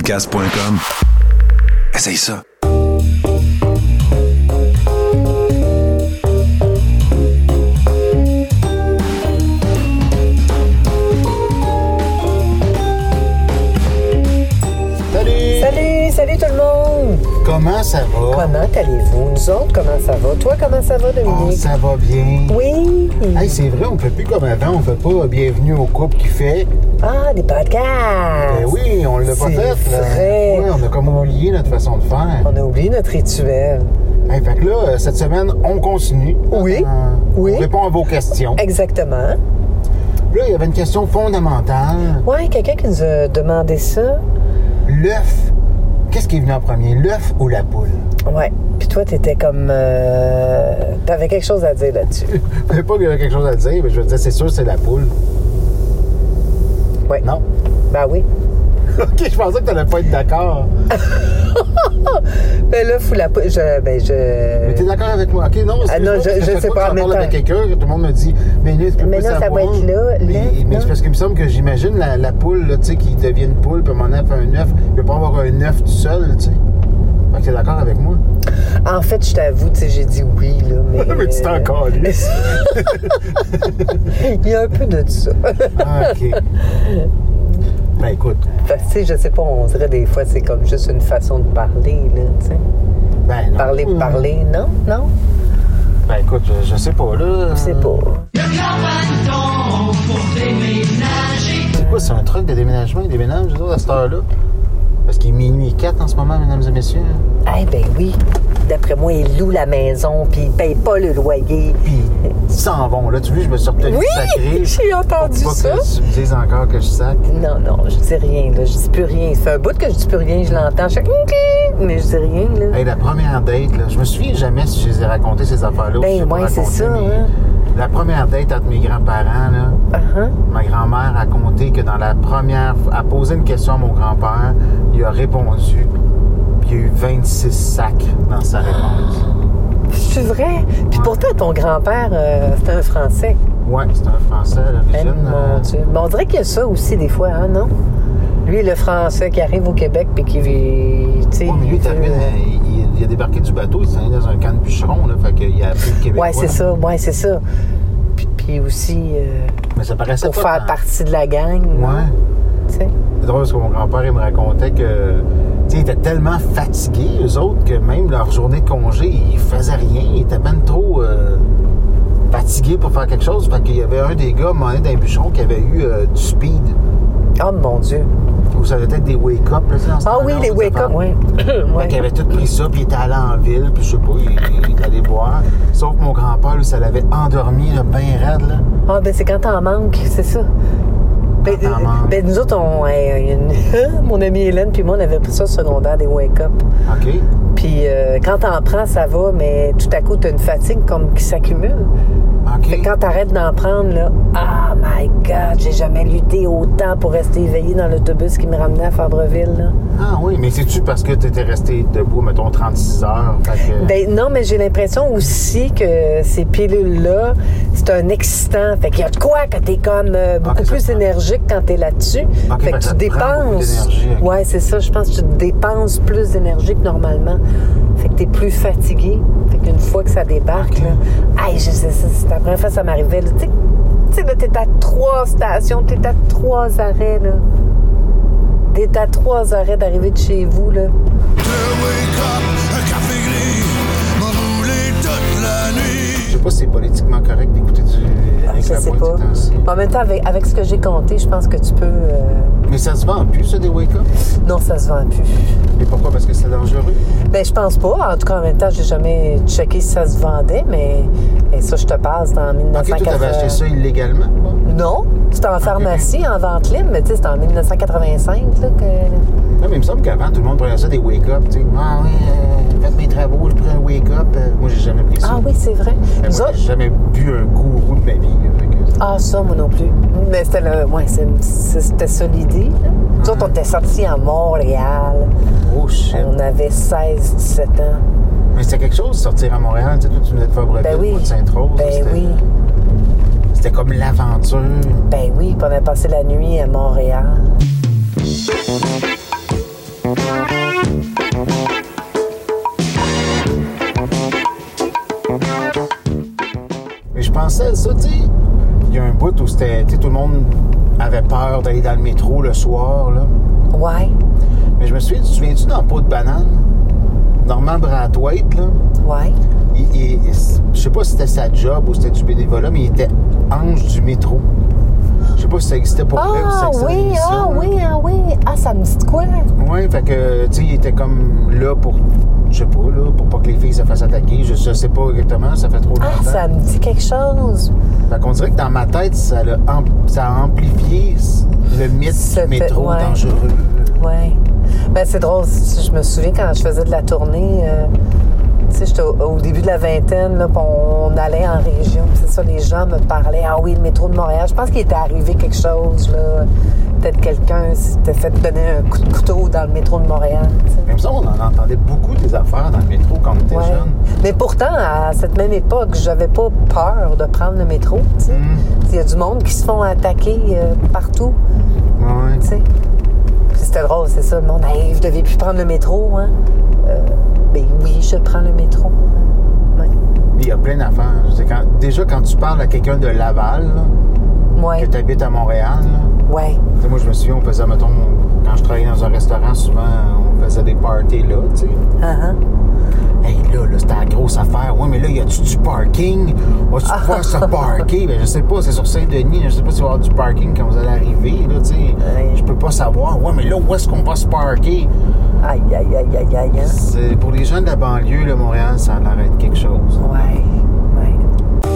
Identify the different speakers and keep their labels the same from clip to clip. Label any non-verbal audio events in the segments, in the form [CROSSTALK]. Speaker 1: Podcast.com. Essaye ça.
Speaker 2: Salut!
Speaker 3: Salut, salut tout le monde!
Speaker 2: Comment ça va?
Speaker 3: Comment allez-vous? Nous autres, comment ça va? Toi, comment ça va,
Speaker 2: Ah,
Speaker 3: Dominique?
Speaker 2: ça va bien.
Speaker 3: Oui!
Speaker 2: Hey, c'est vrai, on ne fait plus comme avant, on ne fait pas bienvenue au couple qui fait.
Speaker 3: Ah, des podcasts!
Speaker 2: Ben oui, on l'a pas
Speaker 3: C'est
Speaker 2: fait. là.
Speaker 3: vrai.
Speaker 2: Ouais, on a comme oublié notre façon de faire.
Speaker 3: On a oublié notre rituel.
Speaker 2: Hey, fait que là, euh, cette semaine, on continue. Euh,
Speaker 3: Oui. Oui.
Speaker 2: On répond à vos questions.
Speaker 3: Exactement.
Speaker 2: Là, il y avait une question fondamentale.
Speaker 3: Ouais, quelqu'un qui nous a demandé ça.
Speaker 2: L'œuf. Qu'est-ce qui est venu en premier, l'œuf ou la poule?
Speaker 3: Ouais. Puis toi, t'étais comme. euh, T'avais quelque chose à dire
Speaker 2: [LAUGHS]
Speaker 3: là-dessus.
Speaker 2: Je savais pas qu'il y avait quelque chose à dire, mais je veux dire, c'est sûr, c'est la poule.
Speaker 3: Ouais.
Speaker 2: Non?
Speaker 3: Ben oui.
Speaker 2: [LAUGHS] OK, je pensais que tu n'allais pas être d'accord.
Speaker 3: Ben là, fou la pou- Je. Ben
Speaker 2: Mais t'es
Speaker 3: je.
Speaker 2: d'accord avec moi? OK, non,
Speaker 3: Ah non,
Speaker 2: parce que
Speaker 3: je- je
Speaker 2: chaque
Speaker 3: sais
Speaker 2: fois
Speaker 3: pas,
Speaker 2: que
Speaker 3: mais
Speaker 2: j'en parle avec
Speaker 3: t'as-
Speaker 2: quelqu'un, tout le monde me dit, mais là, tu peux
Speaker 3: Mais
Speaker 2: pas
Speaker 3: là, ça va
Speaker 2: savoir.
Speaker 3: être là,
Speaker 2: Mais,
Speaker 3: là,
Speaker 2: mais
Speaker 3: là.
Speaker 2: c'est parce qu'il me semble que j'imagine la, la poule, là, tu sais, qui devient une poule, puis à un moment donné, elle fait un œuf. Il peut pas avoir un œuf tout seul, tu sais. Fait que t'es d'accord avec moi?
Speaker 3: En fait, je t'avoue, tu sais, j'ai dit oui, là. [LAUGHS] Mais,
Speaker 2: [LAUGHS]
Speaker 3: euh,
Speaker 2: mais tu t'es encore lu.
Speaker 3: [LAUGHS] Il y a un peu de ça.
Speaker 2: Ah, OK. ben écoute,
Speaker 3: Fait que, tu sais, je sais pas, on dirait des fois, c'est comme juste une façon de parler, là, tu sais.
Speaker 2: ben non.
Speaker 3: Parler,
Speaker 2: Hum.
Speaker 3: parler, non? Non?
Speaker 2: Ben écoute, je, je sais pas, là.
Speaker 3: Je sais pas.
Speaker 2: C'est quoi, c'est un truc de déménagement? Ils déménagent, eux autres, à cette heure-là? Parce qu'il est minuit 4 en ce moment, mesdames et messieurs. hein.
Speaker 3: Eh ben oui. D'après moi, ils louent la maison, puis ils payent pas le loyer.
Speaker 2: Puis, ils s'en vont. Là, tu vois, je me suis retenu
Speaker 3: Oui,
Speaker 2: sacré.
Speaker 3: j'ai entendu
Speaker 2: Faut pas
Speaker 3: ça.
Speaker 2: que tu me dises encore que je sac.
Speaker 3: Non, non, je dis rien, là. Je dis plus rien. Ça fait un bout que je dis plus rien, je l'entends. Je fais Cling, cling mais je dis rien, là.
Speaker 2: Hey, la première date, là, je me souviens jamais si je les ai raconté ces affaires-là. ou
Speaker 3: Ben
Speaker 2: si je les ai pas
Speaker 3: ouais, c'est
Speaker 2: racontées,
Speaker 3: ça,
Speaker 2: mais
Speaker 3: hein.
Speaker 2: La première date entre mes grands-parents, là,
Speaker 3: Uh-huh.
Speaker 2: ma grand-mère a compté que dans la première, a posé une question à mon grand-père, il a répondu, puis il y a eu 26 sacs dans
Speaker 3: [GASPS]
Speaker 2: sa réponse.
Speaker 3: C'est vrai. Puis pourtant, ton grand-père, euh, c'était un Français.
Speaker 2: Ouais, c'est un Français à
Speaker 3: Eh,
Speaker 2: l'origine.
Speaker 3: mon
Speaker 2: euh,
Speaker 3: Dieu. Mais on dirait qu'il y a ça aussi, des fois, hein, non? Lui, le Français qui arrive au Québec, puis qui vit. tu sais,
Speaker 2: ouais, mais lui,
Speaker 3: il
Speaker 2: t'as vu,
Speaker 3: veut-
Speaker 2: il, euh, il- il a débarqué du bateau, il s'est allé dans un camp de bûcherons, là, fait qu'il a appris le Québec.
Speaker 3: Ouais, c'est ça, ouais, c'est ça. Puis, puis aussi euh,
Speaker 2: Mais ça paraissait
Speaker 3: pour
Speaker 2: pas
Speaker 3: faire
Speaker 2: tant.
Speaker 3: partie de la gang.
Speaker 2: Ouais.
Speaker 3: tu sais.
Speaker 2: C'est drôle parce que mon grand-père, il me racontait que. tu sais, Ils étaient tellement fatigués, eux autres, que même leur journée de congé, ils faisaient rien. Ils étaient ben trop euh, fatigués pour faire quelque chose. Fait qu'il y avait un des gars, à un moment donné, d'un bûcheron, qui avait eu euh, du speed.
Speaker 3: Oh mon Dieu.
Speaker 2: Ou ça devait être des wake-up. là, tu sais, dans ce
Speaker 3: Ah
Speaker 2: temps-là,
Speaker 3: oui,
Speaker 2: on
Speaker 3: les
Speaker 2: se
Speaker 3: wake-up,
Speaker 2: fait-
Speaker 3: [COUGHS] oui.
Speaker 2: Fait qu'il avait tout pris ça, puis il était allé en ville, puis je sais pas, il, il est allé boire. Sauf que mon grand-père, lui, ça l'avait endormi, là, bien raide, là.
Speaker 3: Ah ben c'est quand t'en manques, c'est ça. Ben,
Speaker 2: Quand t'en
Speaker 3: euh,
Speaker 2: manques.
Speaker 3: ben, nous autres, on, euh, il y a une- [LAUGHS] mon amie Hélène puis moi, on avait pris ça au secondaire des wake-up.
Speaker 2: OK?
Speaker 3: Puis euh, quand t'en prends, ça va, mais tout à coup, t'as une fatigue comme qui s'accumule. Fait
Speaker 2: OK?
Speaker 3: que quand t'arrêtes d'en prendre, là, ah my God, j'ai jamais lutté autant pour rester éveillé dans l'autobus qui me ramenait à Fabreville. là.
Speaker 2: Ah oui, mais c'est-tu parce que t'étais resté debout, mettons, 36 heures? Fait que...
Speaker 3: Ben, non, mais j'ai l'impression aussi que ces pilules-là, c'est un excitant. Fait qu'il y a de quoi quand t'es comme euh, beaucoup
Speaker 2: que Ah, ça
Speaker 3: plus
Speaker 2: te prend. Ah,
Speaker 3: énergique quand t'es là-dessus.
Speaker 2: Ok, fait
Speaker 3: fait
Speaker 2: que
Speaker 3: que
Speaker 2: ça
Speaker 3: tu
Speaker 2: te prend beaucoup
Speaker 3: dépenses.
Speaker 2: d'énergie, ok.
Speaker 3: Ouais, c'est ça. Je pense que tu dépenses plus d'énergie que normalement. Fait que t'es plus fatigué. Fait qu'une fois que ça débarque,
Speaker 2: Ok.
Speaker 3: là, aïe, je sais, ça, c'est la première fois que ça m'arrivait. là. Tu sais- tu sais, là, t'es à trois stations, t'es à trois arrêts, là. T'es à trois arrêts d'arriver de chez vous, là.
Speaker 2: Je sais pas si c'est politiquement correct d'écouter du
Speaker 3: Ah,
Speaker 2: Eric
Speaker 3: je sais
Speaker 2: Lapointe
Speaker 3: pas.
Speaker 2: ces temps-ci.
Speaker 3: En même temps, avec, avec ce que j'ai compté, je pense que tu peux. euh,
Speaker 2: Mais ça se vend plus, ça, des wake-up.
Speaker 3: Non, ça se vend plus.
Speaker 2: Et pourquoi? Parce que c'est dangereux.
Speaker 3: Ben, je pense pas. En tout cas, en même temps, j'ai jamais checké si ça se vendait, mais et ça, je te passe dans
Speaker 2: Ok, toi,
Speaker 3: 1980.
Speaker 2: t'avais acheté ça illégalement, quoi?
Speaker 3: Non, c'était en pharmacie, en vente libre, mais tu sais, c'était en 1985 là, que.
Speaker 2: Non, mais il me semble qu'avant, tout le monde prenait ça des wake-up, tu sais. Ah oui, euh, faites mes travaux, je prends un wake-up. Euh, moi, j'ai jamais pris ça.
Speaker 3: Ah oui, c'est vrai.
Speaker 2: Ben,
Speaker 3: Nous
Speaker 2: moi,
Speaker 3: autres-
Speaker 2: j'ai jamais bu un gourou de ma vie. là, fait que-
Speaker 3: Ah, ça, moi non plus. Mais c'était le... ouais, c'est- c'est- c'était ça l'idée. là. Nous autres, on était sortis à Montréal.
Speaker 2: Oh shit.
Speaker 3: On avait 16-17 ans.
Speaker 2: Mais c'était quelque chose, sortir à Montréal, tu sais, toi, tu venais de Fabreville,
Speaker 3: Ben oui.
Speaker 2: ou de Sainte-Rose. là,
Speaker 3: Ben
Speaker 2: c'était-
Speaker 3: oui.
Speaker 2: C'était comme l'aventure.
Speaker 3: Ben oui, puis on a passé la nuit à Montréal.
Speaker 2: bout où c'était, tu sais, tout le monde avait peur d'aller dans le métro le soir, là.
Speaker 3: Ouais,
Speaker 2: Mais je me souviens, tu te souviens-tu dans Pot de banane? Normand Brathwaite, là,
Speaker 3: ouais.
Speaker 2: il- il- il- je sais pas si c'était sa job ou c'était du bénévolat, mais il était ange du métro. Je sais pas si ça existait pour vrai ou si ça
Speaker 3: Ah
Speaker 2: existait dans
Speaker 3: oui,
Speaker 2: l'émission,
Speaker 3: ah
Speaker 2: là.
Speaker 3: oui, ah oui. Ah, ça me dit de quoi?
Speaker 2: Ouais, fait que, tu sais, il était comme là pour, je sais pas, là, pour pas que les filles se fassent attaquer. Je, je sais pas exactement, ça fait trop longtemps.
Speaker 3: Ah, ça me dit quelque chose.
Speaker 2: Fait qu'on dirait que dans ma tête, ça, l'a am- ça a amplifié s- le mythe
Speaker 3: C'était-
Speaker 2: du métro
Speaker 3: ouais.
Speaker 2: dangereux.
Speaker 3: Ouais. Ben, c'est drôle. si- Je me souviens quand je faisais de la tournée, euh, tu sais, j'étais au, au début de la vingtaine, là, puis on allait en région. puis C'est ça, les gens me parlaient. Ah oui, le métro de Montréal. Je pense qu'il était arrivé quelque chose, là. Peut-être quelqu'un s'était fait donner un coup de couteau dans le métro de Montréal. tu sais.
Speaker 2: Même ça, on en entendait beaucoup des affaires dans le métro quand on était
Speaker 3: Ouais.
Speaker 2: jeune.
Speaker 3: Mais pourtant, à cette même époque, j'avais pas peur de prendre le métro. tu sais.
Speaker 2: Hum, Mm.
Speaker 3: Il y a du monde qui se font attaquer euh, partout.
Speaker 2: Ouais.
Speaker 3: tu sais. Puis C'était drôle, c'est ça. Le monde, hey, vous devez plus prendre le métro, hein? Euh, ben oui, je prends le métro. Ouais.
Speaker 2: Il y a plein d'affaires. Je veux dire, quand- déjà, quand tu parles à quelqu'un de Laval, là,
Speaker 3: Ouais.
Speaker 2: que tu habites à Montréal, là,
Speaker 3: Ouais.
Speaker 2: tu sais, moi, je me souviens, on faisait, mettons, quand je travaillais dans un restaurant, souvent, on faisait des parties là, tu sais.
Speaker 3: Uh-huh.
Speaker 2: Hey, là, là c'était la grosse affaire. Ouais, mais là, y a-tu du parking? Va-tu pouvoir se parker? Ben, je sais pas, c'est sur Saint-Denis. Je sais pas s'il va y avoir du parking quand vous allez arriver, là, tu sais.
Speaker 3: Ouais.
Speaker 2: Je peux pas savoir. Ouais, mais là, où est-ce qu'on va se parker?
Speaker 3: Aïe, aïe, aïe, aïe, aïe, hein?
Speaker 2: C'est- Pour les gens de la banlieue, le Montréal, ça a l'air d'être quelque chose.
Speaker 3: Ouais. Ouais.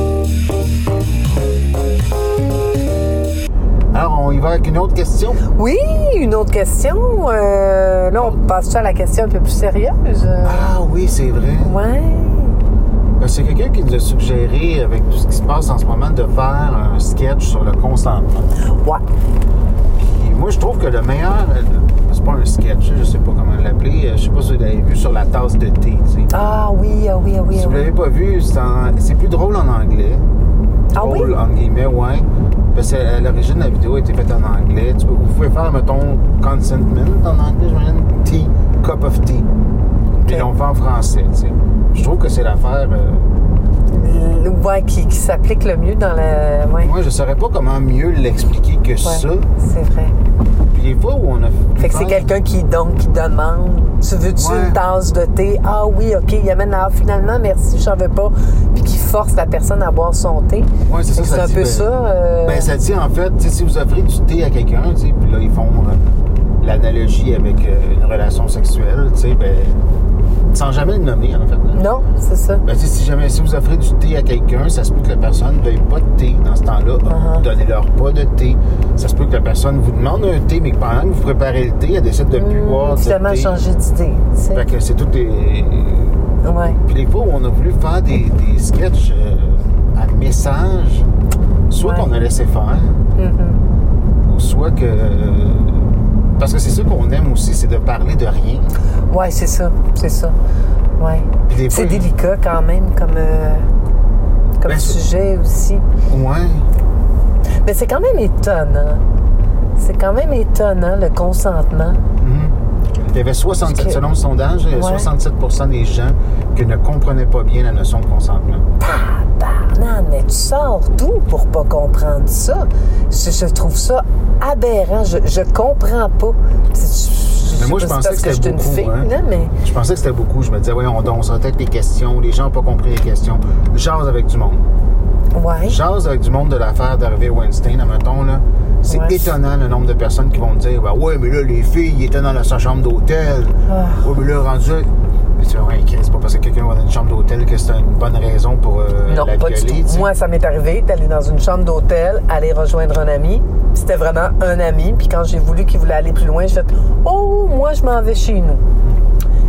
Speaker 2: Alors, on y va avec une autre question.
Speaker 3: Oui, une autre question. Euh, là, on passe à la question un peu plus sérieuse.
Speaker 2: Ah oui, c'est vrai.
Speaker 3: Ouais.
Speaker 2: Ben, c'est quelqu'un qui nous a suggéré, avec tout ce qui se passe en ce moment, de faire un sketch sur le consentement.
Speaker 3: Ouais.
Speaker 2: Puis moi, je trouve que le meilleur, euh, c'est pas un sketch, je sais pas comment l'appeler, euh, je sais pas si vous l'avez vu sur la tasse de thé. tu sais.
Speaker 3: Ah oui, ah oui, ah oui.
Speaker 2: Si
Speaker 3: ah
Speaker 2: vous
Speaker 3: oui.
Speaker 2: l'avez pas vu, c'est en- c'est plus drôle en anglais.
Speaker 3: Ah oui?
Speaker 2: Drôle, entre guillemets, ouais. Parce que à l'origine, la vidéo a été faite en anglais. Tu peux- vous pouvez faire, mettons, consentment en anglais, j'imagine. Tea, cup of tea. Puis
Speaker 3: Ok.
Speaker 2: l'on fait en français, tu sais. Je trouve que c'est l'affaire. euh,
Speaker 3: Le- Mmh, Ouais, qui, qui s'applique le mieux dans la. Ouais.
Speaker 2: moi, je saurais pas comment mieux l'expliquer que
Speaker 3: Ouais,
Speaker 2: ça.
Speaker 3: C'est vrai.
Speaker 2: Puis les fois où on a.
Speaker 3: Fait que c'est quelqu'un qui donc qui demande Tu veux-tu
Speaker 2: Ouais.
Speaker 3: une tasse de thé? Ah oui, ok, il amène ah, finalement merci, j'en veux pas puis qui force la personne à boire son thé.
Speaker 2: Ouais, c'est ça,
Speaker 3: Fait que
Speaker 2: ça
Speaker 3: c'est un
Speaker 2: dit,
Speaker 3: peu
Speaker 2: ben,
Speaker 3: ça. euh,
Speaker 2: Ben, ça dit, en fait, tu sais, si vous offrez du thé à quelqu'un, tu sais, puis là, ils font euh, l'analogie avec euh, une relation sexuelle, tu sais, ben, sans jamais le nommer, en fait. là.
Speaker 3: Non, c'est ça.
Speaker 2: Ben, tu sais, si jamais, si vous offrez du thé à quelqu'un, ça se peut que la personne ne veuille pas de thé dans ce temps-là.
Speaker 3: Uh-huh.
Speaker 2: Donnez-leur pas de thé. Ça se peut que la personne vous demande un thé, mais que pendant que vous préparez le thé, elle décide de ne plus boire de
Speaker 3: Hmm, Mmh, Finalement,
Speaker 2: thé.
Speaker 3: changer d'idée. tu sais.
Speaker 2: Fait que c'est tout des...
Speaker 3: Ouais.
Speaker 2: Puis les fois où on a voulu faire des, des sketchs euh, à message, soit
Speaker 3: Ouais.
Speaker 2: qu'on a laissé faire,
Speaker 3: Mhm.
Speaker 2: ou soit que. euh, Parce que c'est ça qu'on aime aussi, c'est de parler de rien.
Speaker 3: Ouais, c'est ça. C'est ça. Ouais.
Speaker 2: Puis des
Speaker 3: C'est
Speaker 2: fois-
Speaker 3: délicat quand même comme, euh, comme
Speaker 2: Ben, c'est-
Speaker 3: sujet aussi.
Speaker 2: Ouais.
Speaker 3: Mais c'est quand même étonnant. C'est quand même étonnant le consentement.
Speaker 2: Mhm. Il y avait 67,
Speaker 3: Parce que-
Speaker 2: selon le sondage, il y avait
Speaker 3: Ouais.
Speaker 2: 67 des gens qui ne comprenaient pas bien la notion de consentement.
Speaker 3: Tabarnane, mais tu sors d'où pour pas comprendre ça? Je, je trouve ça aberrant. Je, je comprends pas. C'est-
Speaker 2: Mais moi,
Speaker 3: sais
Speaker 2: je
Speaker 3: pas si
Speaker 2: pensais
Speaker 3: parce
Speaker 2: que
Speaker 3: je suis
Speaker 2: c'était
Speaker 3: une
Speaker 2: beaucoup,
Speaker 3: fille,
Speaker 2: hein.
Speaker 3: là, mais
Speaker 2: Je pensais que c'était beaucoup. Je me disais, ouais, on, on se tête les questions, les gens n'ont pas compris les questions. Jase avec du monde.
Speaker 3: ouais.
Speaker 2: Jase avec du monde de l'affaire d'Harvey Weinstein, admettons, là. C'est
Speaker 3: Ouais.
Speaker 2: étonnant le nombre de personnes qui vont me dire, ben, ouais, mais là, les filles, ils étaient dans la- sa chambre d'hôtel.
Speaker 3: Ah.
Speaker 2: Ouais, mais là, rendu. Mais tu vois, ouais, Chris, c'est pas parce que quelqu'un va dans une chambre d'hôtel que c'est une bonne raison pour euh,
Speaker 3: non,
Speaker 2: la
Speaker 3: pas du
Speaker 2: violer,
Speaker 3: tout.
Speaker 2: tu sais.
Speaker 3: Moi, ça m'est arrivé d'aller dans une chambre d'hôtel, aller rejoindre un ami. C'était vraiment un ami. Puis quand j'ai voulu qu'il voulait aller plus loin, j'ai fait Oh, moi, je m'en vais chez nous.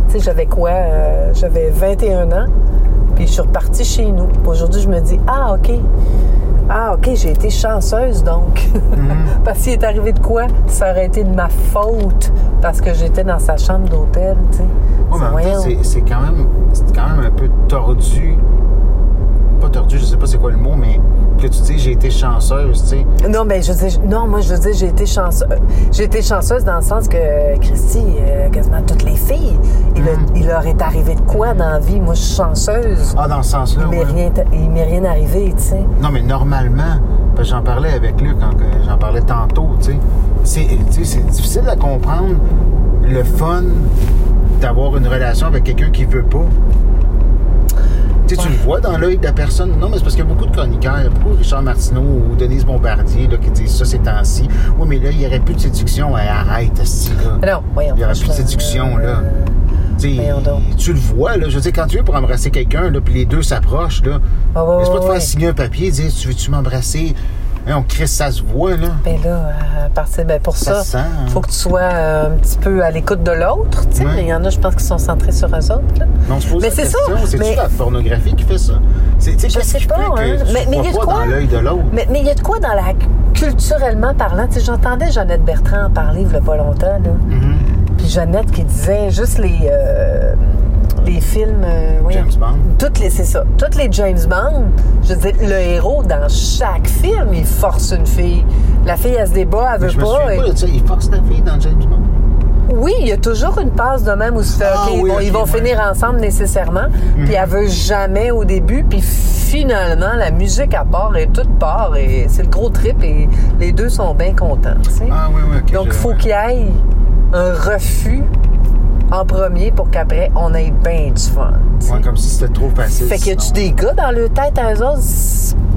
Speaker 3: Tu sais, j'avais quoi? euh, j'avais 21 ans. Puis je suis repartie chez nous. Puis Aujourd'hui, je me dis Ah, OK. Ah, OK, j'ai été chanceuse donc.
Speaker 2: Mhm.
Speaker 3: [LAUGHS] parce qu'il est arrivé de quoi? Ça aurait été de ma faute parce que j'étais dans sa chambre d'hôtel, tu sais.
Speaker 2: Ouais, mais en même temps,
Speaker 3: Voyons.
Speaker 2: c'est- c'est quand même. C'est quand même un peu tordu. Pas tordu, je sais pas c'est quoi le mot, mais que tu dis j'ai été chanceuse, tu sais.
Speaker 3: Non, mais je veux dire, non, moi, je veux dire, j'ai été chanceuse. J'ai été chanceuse dans le sens que, Christy, euh, quasiment toutes les filles étaient le- il leur est arrivé de quoi dans la vie? Moi, je suis chanceuse.
Speaker 2: Mm. Ah, dans ce sens-là.
Speaker 3: il m'est
Speaker 2: ouais.
Speaker 3: rien, il m'est rien arrivé, tu sais.
Speaker 2: Non, mais normalement, parce que j'en parlais avec Luc quand que j'en parlais tantôt, tu sais. C'est- tu sais, C'est difficile à comprendre le fun d'avoir une relation avec quelqu'un qui veut pas. Tu sais, tu le vois dans l'œil de la personne. Non, mais c'est parce qu'il y a beaucoup de chroniqueurs, il y a beaucoup de Richard Martineau ou Denise Bombardier là, qui disent ça ces temps-ci. Oui, mais là, il n'y aurait plus de séduction. Ouais, arrête, esti, là.
Speaker 3: Mais non, voyons,
Speaker 2: Il n'y aurait plus de
Speaker 3: franchement,
Speaker 2: séduction, là.
Speaker 3: euh,
Speaker 2: Tu sais,
Speaker 3: voyons donc.
Speaker 2: tu le vois, là. Je veux dire, quand tu veux pour embrasser quelqu'un, là, puis les deux s'approchent, là.
Speaker 3: Ah, ouais,
Speaker 2: laisse pas
Speaker 3: ouais,
Speaker 2: te faire
Speaker 3: ouais.
Speaker 2: signer un papier et dire Tu veux-tu m'embrasser Hein, On crée ça se voit, là.
Speaker 3: Ben là, à partir, ben pour
Speaker 2: Ça
Speaker 3: ça,
Speaker 2: se sent, hein.
Speaker 3: faut que tu sois euh, un petit peu à l'écoute de l'autre, tu sais.
Speaker 2: Ouais.
Speaker 3: Mais Il y en a, je pense, qui sont centrés sur eux autres, là.
Speaker 2: Mais on se pose
Speaker 3: Mais
Speaker 2: la
Speaker 3: c'est ça,
Speaker 2: question c'est-tu
Speaker 3: mais-
Speaker 2: la pornographie qui fait ça C'est- tu sais,
Speaker 3: Je
Speaker 2: qu'est-ce
Speaker 3: sais
Speaker 2: qui
Speaker 3: pas,
Speaker 2: fait que
Speaker 3: hein.
Speaker 2: tu
Speaker 3: Mais, mais il y a de
Speaker 2: vois
Speaker 3: quoi.
Speaker 2: pas dans l'œil de l'autre.
Speaker 3: Mais mais il y a de quoi dans la culturellement parlant. Tu sais, j'entendais Jeannette Bertrand en parler il y a pas longtemps, là.
Speaker 2: Mhm.
Speaker 3: Puis Jeannette qui disait juste les, euh, les films. euh, voyons.
Speaker 2: James Bond.
Speaker 3: Toutes les, c'est ça. Toutes les James Bond, je veux dire, le héros dans chaque film, il force une fille. La fille, elle se débat, elle
Speaker 2: Mais
Speaker 3: veut
Speaker 2: je me
Speaker 3: pas.
Speaker 2: souviens
Speaker 3: et-
Speaker 2: pas, tu sais, il force ta fille dans James Bond.
Speaker 3: Oui, il y a toujours une passe de même où se fait,
Speaker 2: Ah
Speaker 3: OK, ils
Speaker 2: oui,
Speaker 3: vont- ils
Speaker 2: OK,
Speaker 3: vont
Speaker 2: ouais. Mm.
Speaker 3: finir ensemble nécessairement. Puis elle veut jamais au début. Puis finalement, la musique à part et tout part. Et c'est le gros trip et les deux sont bien contents. tu sais.
Speaker 2: Ah oui, oui, ok.
Speaker 3: Donc,
Speaker 2: je-
Speaker 3: il faut qu'il y ait un refus en premier pour qu'après, on ait bien du fun. tu sais.
Speaker 2: Ouais, comme si c'était trop facile.
Speaker 3: Fait qu'il y a-tu
Speaker 2: sinon.
Speaker 3: des gars dans leur tête à eux autres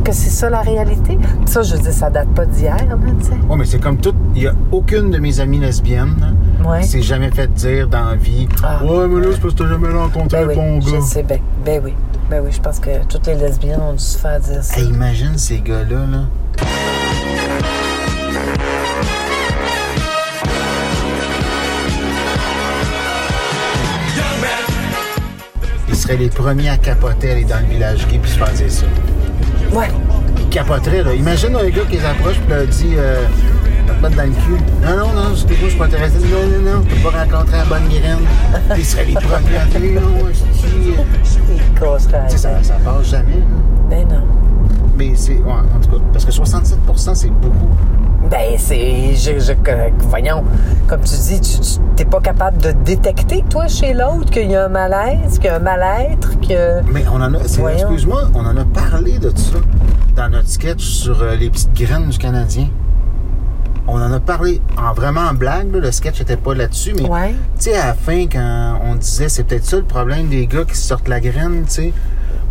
Speaker 3: que c'est ça la réalité? Ça, je veux dire, ça date pas d'hier, là, tu sais.
Speaker 2: Ouais, mais c'est comme tout. Il n'y a aucune de mes amies lesbiennes là,
Speaker 3: Ouais.
Speaker 2: qui s'est jamais fait dire dans la vie
Speaker 3: Ah.
Speaker 2: Ouais, mais là, c'est parce que t'as jamais rencontré
Speaker 3: Ben
Speaker 2: le
Speaker 3: oui,
Speaker 2: bon
Speaker 3: je
Speaker 2: gars.
Speaker 3: sais bien. Ben oui. Ben oui, je pense que toutes les lesbiennes ont dû se faire dire ça.
Speaker 2: Hey, imagine ces gars-là, là. Ils seraient les premiers à capoter, aller dans le village gay, puis se faire dire ça.
Speaker 3: Ouais.
Speaker 2: Ils capoteraient, là. Imagine un gars qui les approche, puis leur dit euh, Va te mettre dans le cul. Non, non, non, c'est quoi, je suis pas intéressé. Non, non, non, t'as pas rencontré la bonne graine. Puis ils seraient les premiers à dire Non, hostie.
Speaker 3: Ils casseraient.
Speaker 2: Tu sais, ça, ça passe jamais, là.
Speaker 3: Ben non.
Speaker 2: Mais c'est. Ouais, en tout cas, parce que 67 c'est beaucoup.
Speaker 3: Ben c'est. Je, je- que- voyons. Comme tu dis, tu tu- t'es pas capable de détecter, toi, chez l'autre, qu'il y a un malaise, qu'il y a un mal-être, que.
Speaker 2: Mais on en a. c'est-
Speaker 3: Voyons.
Speaker 2: Excuse-moi, on en a parlé de ça dans notre sketch sur euh, les petites graines du Canadien. On en a parlé en vraiment en blague, là, le sketch n'était pas là-dessus, mais
Speaker 3: Ouais.
Speaker 2: tu sais, à la fin, quand on disait c'est peut-être ça le problème des gars qui se sortent la graine, tu sais,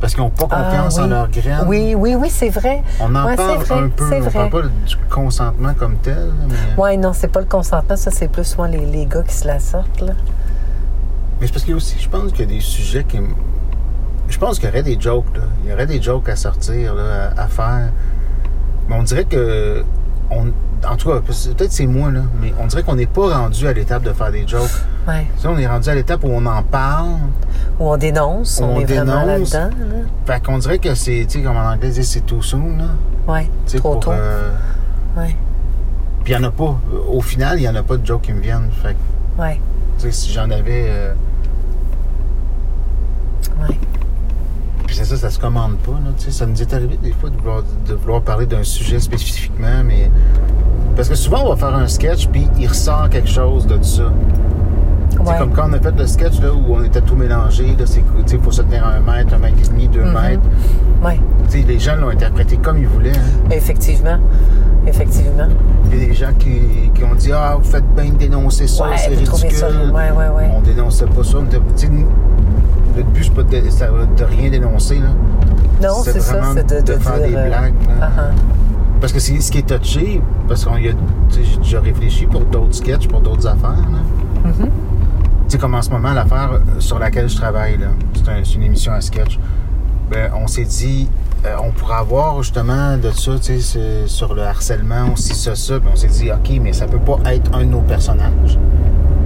Speaker 2: parce qu'ils n'ont pas
Speaker 3: Ah,
Speaker 2: confiance en
Speaker 3: oui.
Speaker 2: leur graine.
Speaker 3: Oui, oui, oui, c'est vrai.
Speaker 2: On en
Speaker 3: Ouais, c'est
Speaker 2: parle
Speaker 3: vrai,
Speaker 2: un peu,
Speaker 3: C'est
Speaker 2: on
Speaker 3: vrai.
Speaker 2: parle pas du consentement comme tel, là, mais, euh,
Speaker 3: Ouais, non, c'est pas le consentement, ça, c'est plus moi les, les gars qui se la sortent, là.
Speaker 2: mais c'est parce qu'il y a aussi, je pense qu'il y a des sujets qui. m- Je pense qu'il y aurait des jokes, là. Il y aurait des jokes à sortir, là, à à faire. Mais on dirait que. On, en tout cas, parce que peut-être c'est moi, là, mais on dirait qu'on n'est pas rendu à l'étape de faire des jokes.
Speaker 3: Ouais.
Speaker 2: Tu sais, on est rendu à l'étape où on en parle.
Speaker 3: Ou on dénonce, on,
Speaker 2: On
Speaker 3: est vraiment
Speaker 2: dénonce.
Speaker 3: là-dedans, là.
Speaker 2: Fait qu'on dirait que c'est, tu sais, comme en anglais, ils disent, c'est too soon, là.
Speaker 3: Ouais,
Speaker 2: Tu sais,
Speaker 3: trop
Speaker 2: pour,
Speaker 3: tôt.
Speaker 2: euh,
Speaker 3: Ouais,
Speaker 2: Puis il n'y en a pas. Au final, il n'y en a pas de jokes qui me viennent. Fait que,
Speaker 3: ouais,
Speaker 2: tu sais, si j'en avais. euh,
Speaker 3: ouais.
Speaker 2: Puis c'est ça, ça se commande pas, là, tu sais. Ça nous est arrivé des fois de vouloir, de vouloir parler d'un sujet spécifiquement, mais. Parce que souvent, on va faire un sketch, puis il ressort quelque chose de ça. C'est
Speaker 3: Ouais.
Speaker 2: comme quand on a fait le sketch, là, où on était tout mélangé, là, c'est, tu sais, faut se tenir à un mètre, un mètre et demi, deux
Speaker 3: Mhm.
Speaker 2: mètres.
Speaker 3: Ouais.
Speaker 2: Tu sais, les gens l'ont interprété comme ils voulaient, hein.
Speaker 3: Effectivement. Effectivement.
Speaker 2: Il y a des gens qui, qui ont dit, ah, vous faites bien de dénoncer ça,
Speaker 3: Ouais,
Speaker 2: c'est
Speaker 3: vous trouvez
Speaker 2: ridicule.
Speaker 3: ça- ouais, ouais, ouais.
Speaker 2: On dénonçait pas ça. on était- tu sais, nous, notre but, c'est pas de, dé- ça va de rien dénoncer, là.
Speaker 3: Non,
Speaker 2: C'est
Speaker 3: c'est ça,
Speaker 2: vraiment
Speaker 3: c'est de,
Speaker 2: de faire
Speaker 3: dire.
Speaker 2: des
Speaker 3: euh,
Speaker 2: blagues, hein. là.
Speaker 3: ah,
Speaker 2: Parce que c'est ce qui est touché, parce qu'on y a, tu sais, j'ai déjà réfléchi pour d'autres sketchs, pour d'autres affaires. là.
Speaker 3: Mm-hmm.
Speaker 2: Tu sais, comme en ce moment, l'affaire euh, sur laquelle je travaille, là, c'est, un- c'est une émission à sketch. Ben, on s'est dit, euh, on pourrait avoir justement de ça, tu sais, c'est- sur le harcèlement, aussi ça, ça. Puis on s'est dit, OK, mais ça peut pas être un de nos personnages.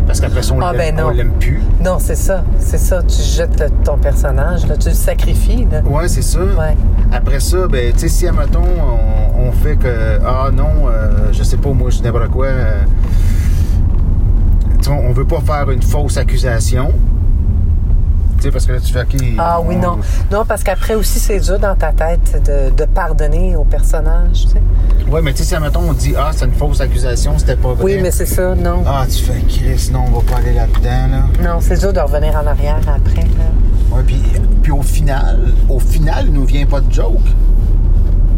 Speaker 2: Parce qu'après ça, on,
Speaker 3: Ah,
Speaker 2: l'aime,
Speaker 3: ben non.
Speaker 2: on l'aime plus.
Speaker 3: ah. Non, c'est ça. C'est ça. Tu jettes le- ton personnage, là. Tu le sacrifies, là.
Speaker 2: Ouais, c'est ça.
Speaker 3: Ouais.
Speaker 2: Après ça, ben, tu sais, si, admettons, on, on fait que, ah non, euh, je sais pas, moi, je dis n'importe quoi, euh, tu sais, on veut pas faire une fausse accusation. Tu sais, parce que là, tu fais qui.
Speaker 3: Ah oui, non. Non, parce qu'après aussi, c'est dur dans ta tête de, de pardonner au personnage, tu sais.
Speaker 2: Ouais, mais tu sais, si, admettons, on dit, ah, c'est une fausse accusation, c'était pas vrai.
Speaker 3: Oui, mais c'est ça, non.
Speaker 2: Ah, tu fais Chris, non, on va pas aller là-dedans, là.
Speaker 3: Non. non, c'est dur de revenir en arrière après. là.
Speaker 2: Ouais, puis, puis au final, au final, il nous vient pas de joke.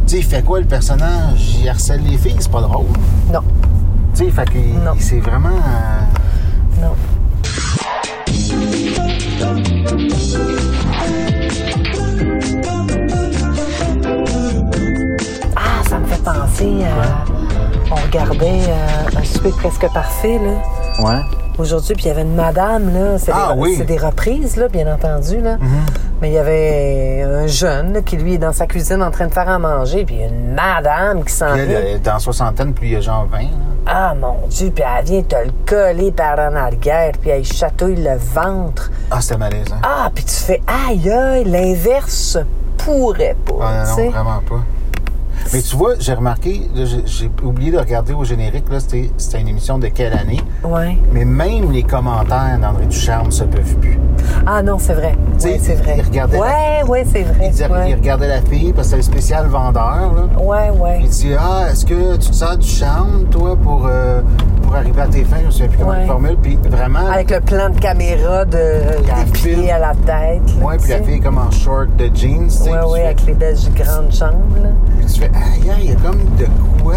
Speaker 2: Tu sais, il fait quoi le personnage? Il harcèle les filles, c'est pas drôle.
Speaker 3: Non,
Speaker 2: Tu sais, fait que
Speaker 3: Non.
Speaker 2: c'est vraiment. euh,
Speaker 3: non. Ah, ça me fait penser à. On regardait euh, un souper presque parfait, là.
Speaker 2: Ouais.
Speaker 3: Aujourd'hui, puis il y avait une madame, là. C'est
Speaker 2: Ah
Speaker 3: des,
Speaker 2: oui. Mm-hmm.
Speaker 3: c'est des reprises, là, bien entendu, là. Mais il y avait un jeune, là, qui lui est dans sa cuisine en train de faire à manger, puis une madame qui s'en
Speaker 2: Puis là,
Speaker 3: vient.
Speaker 2: le- euh, dans la soixantaine, plus il y a genre 20. là.
Speaker 3: Ah mon Dieu, puis elle vient te le coller par en arrière, puis elle chatouille le ventre.
Speaker 2: Ah, c'était malaisant.
Speaker 3: Ah, puis tu fais aïe aïe, l'inverse pourrait pas.
Speaker 2: Ah, non,
Speaker 3: tu
Speaker 2: non,
Speaker 3: sais.
Speaker 2: vraiment pas. Mais tu vois, j'ai remarqué, là, j'ai- j'ai oublié de regarder au générique, là, c'était c'était une émission de quelle année?
Speaker 3: ouais.
Speaker 2: Mais même les commentaires d'André Ducharme se peuvent plus.
Speaker 3: Ah non, c'est vrai.
Speaker 2: Tu sais,
Speaker 3: Ouais, c'est vrai.
Speaker 2: il regardait
Speaker 3: Ouais, ouais, c'est vrai.
Speaker 2: Il, disait-
Speaker 3: ouais.
Speaker 2: il regardait la fille parce que c'était le spécial vendeur. Là.
Speaker 3: ouais, ouais.
Speaker 2: Il dit Ah, est-ce que tu te sers du charme, toi, pour, euh, pour arriver à tes fins Je ne sais plus comment
Speaker 3: Ouais.
Speaker 2: la formule. Puis vraiment,
Speaker 3: Avec le plan de caméra de
Speaker 2: Avec
Speaker 3: des
Speaker 2: le
Speaker 3: pieds
Speaker 2: fil.
Speaker 3: à la tête. là,
Speaker 2: ouais, puis
Speaker 3: tu
Speaker 2: la
Speaker 3: sais.
Speaker 2: fille est comme en short de jeans. tu
Speaker 3: Ouais,
Speaker 2: sais, puis tu
Speaker 3: ouais,
Speaker 2: fais-
Speaker 3: avec les belles grandes chambres. là.
Speaker 2: puis tu fais Aïe, aïe, il y a comme de quoi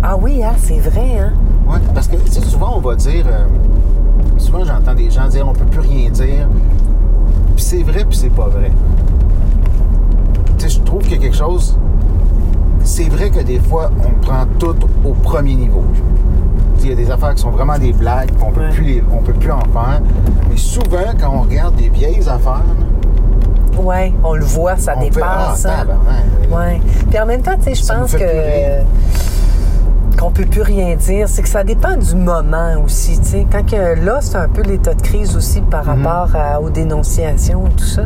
Speaker 3: Ah oui, hein, c'est vrai, hein?
Speaker 2: Ouais, parce que tu sais, souvent on va dire, euh, souvent j'entends des gens dire on peut plus rien dire. Puis c'est vrai, puis c'est pas vrai. Tu sais, je trouve qu'il y a quelque chose. C'est vrai que des fois on prend tout au premier niveau. Tu sais, Il y a des affaires qui sont vraiment des blagues, puis on peut
Speaker 3: Ouais.
Speaker 2: plus les- on peut plus en faire. Mais souvent quand on regarde des vieilles affaires, là,
Speaker 3: Ouais, on le voit, ça
Speaker 2: on fait ah,
Speaker 3: dépasse. hein.
Speaker 2: tabarnak.
Speaker 3: Ouais. Puis en même temps, tu sais, je
Speaker 2: Ça nous
Speaker 3: pense
Speaker 2: fait
Speaker 3: que euh,
Speaker 2: plus rire.
Speaker 3: qu'on peut plus rien dire, c'est que ça dépend du moment aussi, tu sais. Quand que là, c'est un peu l'état de crise aussi par
Speaker 2: Mm-hmm.
Speaker 3: rapport à- aux dénonciations et tout ça,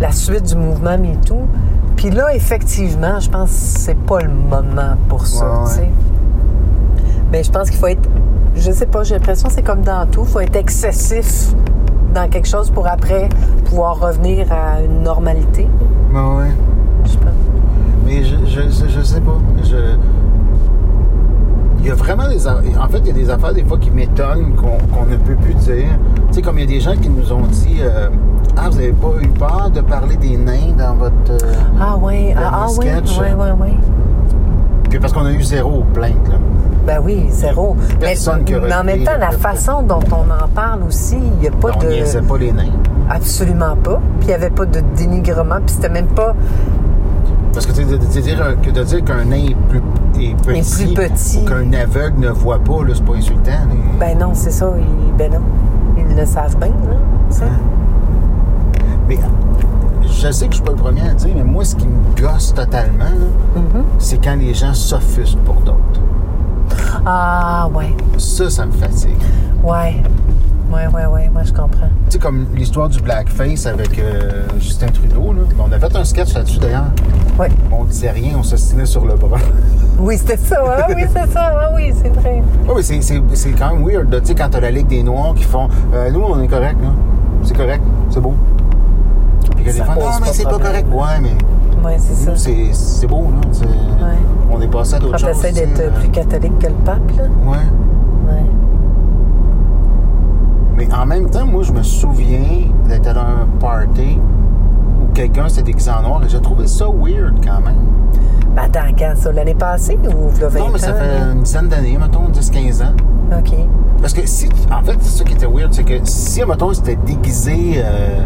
Speaker 3: la suite du mouvement MeToo. Puis là, effectivement, je pense que c'est pas le moment pour ça,
Speaker 2: Ouais,
Speaker 3: tu
Speaker 2: ouais.
Speaker 3: sais. Mais je pense qu'il faut être, je sais pas, j'ai l'impression que c'est comme dans tout, faut être excessif dans quelque chose pour après pouvoir revenir à une normalité.
Speaker 2: Ben ouais.
Speaker 3: Je sais pas.
Speaker 2: Mais je, je, je- je sais pas. Je... Il y a vraiment des. a- En fait, il y a des affaires des fois qui m'étonnent qu'on qu'on ne peut plus dire. Tu sais, comme il y a des gens qui nous ont dit euh, Ah, vous n'avez pas eu peur de parler des nains dans votre. euh,
Speaker 3: Ah oui, ah, ah oui,
Speaker 2: sketch.
Speaker 3: oui, oui, oui.
Speaker 2: Puis parce qu'on a eu zéro plainte, là.
Speaker 3: Ben oui, zéro.
Speaker 2: Personne
Speaker 3: mais,
Speaker 2: qui aurait
Speaker 3: mais en même
Speaker 2: été,
Speaker 3: temps,
Speaker 2: là,
Speaker 3: la
Speaker 2: fait-
Speaker 3: façon dont on en parle aussi, il n'y a pas
Speaker 2: Ben, On
Speaker 3: de...
Speaker 2: niaisait pas les nains.
Speaker 3: Absolument pas. Puis il n'y avait pas de dénigrement. Puis c'était même pas
Speaker 2: Parce que tu sais, de, de- de dire un- que de dire qu'un nain est plus, est petit,
Speaker 3: plus petit.
Speaker 2: ou qu'un aveugle ne voit pas, là, c'est pas insultant. là.
Speaker 3: Ben non, c'est ça. Ils, ben non. Ils le savent bien, là. tu sais.
Speaker 2: Hein? Mais je sais que je suis pas le premier à le dire, mais moi, ce qui me gosse totalement, là,
Speaker 3: Mm-hmm.
Speaker 2: c'est quand les gens s'offusquent pour d'autres.
Speaker 3: Ah ouais.
Speaker 2: Ça, ça me fatigue.
Speaker 3: Ouais. Ouais, ouais, ouais. Moi, je comprends.
Speaker 2: Tu sais, comme l'histoire du blackface avec euh, Justin Trudeau, là. on a fait un sketch là-dessus, d'ailleurs.
Speaker 3: Ouais.
Speaker 2: On disait rien, on s'ostinait sur le bras. [LAUGHS]
Speaker 3: Oui, c'était ça. Ah oui, c'est ça. Ah oui, c'est vrai.
Speaker 2: Oui, mais c'est- c'est c'est quand même weird, là. tu sais, quand t'as la Ligue des Noirs qui font euh, Nous, on est correct, là. C'est correct, c'est beau. » Puis que les
Speaker 3: Ça
Speaker 2: gens,
Speaker 3: pose
Speaker 2: non, mais
Speaker 3: pas
Speaker 2: c'est pas correct.
Speaker 3: problème.
Speaker 2: Ouais, mais
Speaker 3: Ouais, c'est ça.
Speaker 2: nous, c'est- c'est beau, là. C'est- On est passé à d'autres
Speaker 3: Quand
Speaker 2: choses.
Speaker 3: t'essaies
Speaker 2: tu sais,
Speaker 3: d'être
Speaker 2: euh,
Speaker 3: plus catholique que le pape, là.
Speaker 2: Ouais.
Speaker 3: Ouais.
Speaker 2: Mais en même temps, moi, je me souviens d'être à un party où quelqu'un s'est déguisé en noir et j'ai trouvé ça weird quand même.
Speaker 3: Ben attends, quand ça? L'année passée ou v'là 20
Speaker 2: Non, mais ça
Speaker 3: ans,
Speaker 2: fait
Speaker 3: là?
Speaker 2: une dizaine d'années, mettons, 10-15 ans.
Speaker 3: OK.
Speaker 2: Parce que si, en fait, c'est ça qui était weird, c'est que si, mettons, c'était déguisé, euh,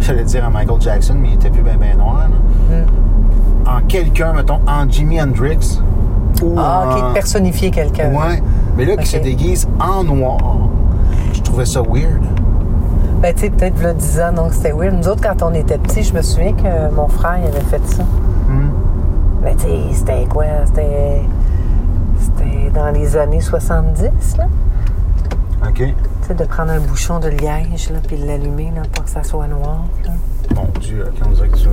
Speaker 2: j'allais dire à Michael Jackson, mais il était plus bien ben noir, là,
Speaker 3: Mm.
Speaker 2: en quelqu'un, mettons, en Jimi Hendrix ou
Speaker 3: Ah,
Speaker 2: en...
Speaker 3: OK, de personnifier quelqu'un.
Speaker 2: Ouais, mais là,
Speaker 3: Ok.
Speaker 2: qui se déguise en noir, je trouvais ça weird.
Speaker 3: Ben, tu sais, peut-être v'là 10 ans, donc c'était weird. Nous autres, quand on était petits, je me souviens que mon frère, il avait fait ça.
Speaker 2: Hmm.
Speaker 3: Ben, tu sais, c'était quoi? C'était... C'était dans les années 70, là.
Speaker 2: OK.
Speaker 3: Tu sais, de prendre un bouchon de liège, là, puis de l'allumer, là, pour que ça soit noir, là.
Speaker 2: Mon Dieu, ok, on dirait que tu.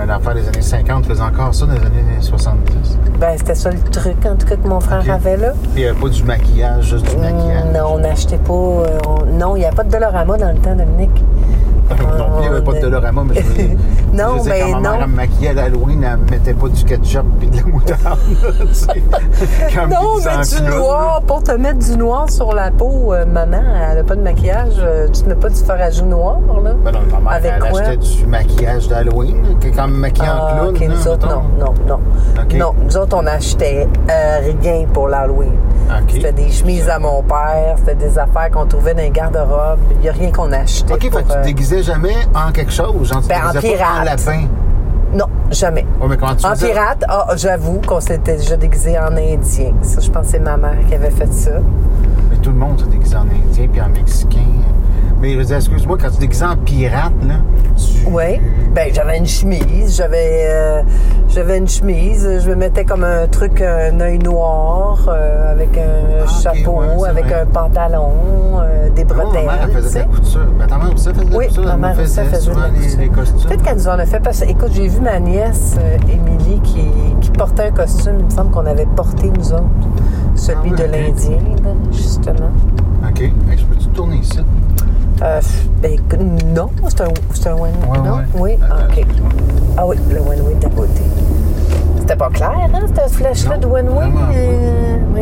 Speaker 2: Un affaire des années 50 faisait encore ça dans les années 70.
Speaker 3: Ben, c'était ça le truc, en tout cas, que mon frère
Speaker 2: Ok.
Speaker 3: avait, là.
Speaker 2: Puis il n'y avait pas du maquillage, juste du maquillage.
Speaker 3: Non, on n'achetait pas... euh, on- Non, il n'y a pas de Dolorama dans le temps, Dominique.
Speaker 2: [LAUGHS] non, plus, il n'y avait pas de Dolorama, mais je veux dire,
Speaker 3: [LAUGHS] Non,
Speaker 2: je sais,
Speaker 3: ben
Speaker 2: quand ma mère
Speaker 3: non.
Speaker 2: elle me maquillait à l'Halloween, elle me mettait pas du ketchup puis de la moutarde.
Speaker 3: [LAUGHS]
Speaker 2: tu sais, comme
Speaker 3: Non,
Speaker 2: déguisant
Speaker 3: mais du
Speaker 2: clown.
Speaker 3: noir. Pour te mettre du noir sur la peau, euh, maman, elle n'a pas de maquillage. euh, tu te mets pas du fard à joues noir, là?
Speaker 2: Ben non, ma mère,
Speaker 3: Avec
Speaker 2: elle
Speaker 3: quoi?
Speaker 2: achetait du maquillage d'Halloween, là, que quand me maquillait en
Speaker 3: Ah,
Speaker 2: clown.
Speaker 3: ok,
Speaker 2: là,
Speaker 3: nous autres,
Speaker 2: mettons.
Speaker 3: non, non, non.
Speaker 2: Ok.
Speaker 3: Non, nous autres, on achetait euh, rien pour l'Halloween.
Speaker 2: Ok.
Speaker 3: C'était des chemises à mon père, c'était des affaires qu'on trouvait dans les garde-robes. Il n'y a rien qu'on achetait.
Speaker 2: OK, fait
Speaker 3: pour,
Speaker 2: que tu te
Speaker 3: euh,
Speaker 2: déguisais jamais en quelque chose. Genre, tu
Speaker 3: Ben, en
Speaker 2: te déguisais pas en
Speaker 3: pirate.
Speaker 2: lapin.
Speaker 3: Non, jamais.
Speaker 2: Ouais, mais comment tu
Speaker 3: En
Speaker 2: faisais?
Speaker 3: pirate, ah, j'avoue qu'on s'était déjà déguisé en indien. Ça, je pense que c'est ma mère qui avait fait ça.
Speaker 2: Mais tout le monde se déguisait en indien puis en mexicain. Mais je veux dire, excuse-moi, quand tu te déguisais en pirate, là, tu...
Speaker 3: Oui. Ben, j'avais une chemise, j'avais euh, j'avais une chemise, je me mettais comme un truc, un œil noir, euh, avec un
Speaker 2: Ah, ok,
Speaker 3: chapeau,
Speaker 2: ouais, c'est
Speaker 3: avec
Speaker 2: vrai.
Speaker 3: un pantalon, euh, des
Speaker 2: Moi,
Speaker 3: bretelles.
Speaker 2: ma mère, elle
Speaker 3: tu sais.
Speaker 2: faisait de la couture. Ben, ta mère aussi faisait de la
Speaker 3: Oui,
Speaker 2: couture.
Speaker 3: ma
Speaker 2: elle
Speaker 3: mère
Speaker 2: nous
Speaker 3: aussi,
Speaker 2: faisait
Speaker 3: elle faisait de
Speaker 2: souvent
Speaker 3: la
Speaker 2: les,
Speaker 3: couture.
Speaker 2: les costumes.
Speaker 3: Peut-être qu'elle nous en a fait parce que, écoute, j'ai vu ma nièce, euh, Émilie, qui, qui portait un costume, il me semble qu'on avait porté, nous autres, celui
Speaker 2: Ah ouais,
Speaker 3: de
Speaker 2: ok.
Speaker 3: l'Indien, là, justement.
Speaker 2: OK. Hey, je peux-tu tourner ici?
Speaker 3: Euh, ben, écoute, non, c'est un, c'est un one
Speaker 2: Ouais,
Speaker 3: non?
Speaker 2: ouais.
Speaker 3: Oui,
Speaker 2: Attends,
Speaker 3: OK.
Speaker 2: excuse-moi.
Speaker 3: Ah oui, le one-way d'à côté. C'était pas clair, hein, cette flèche-là
Speaker 2: Non,
Speaker 3: de one-way?
Speaker 2: vraiment pas.
Speaker 3: euh, oui.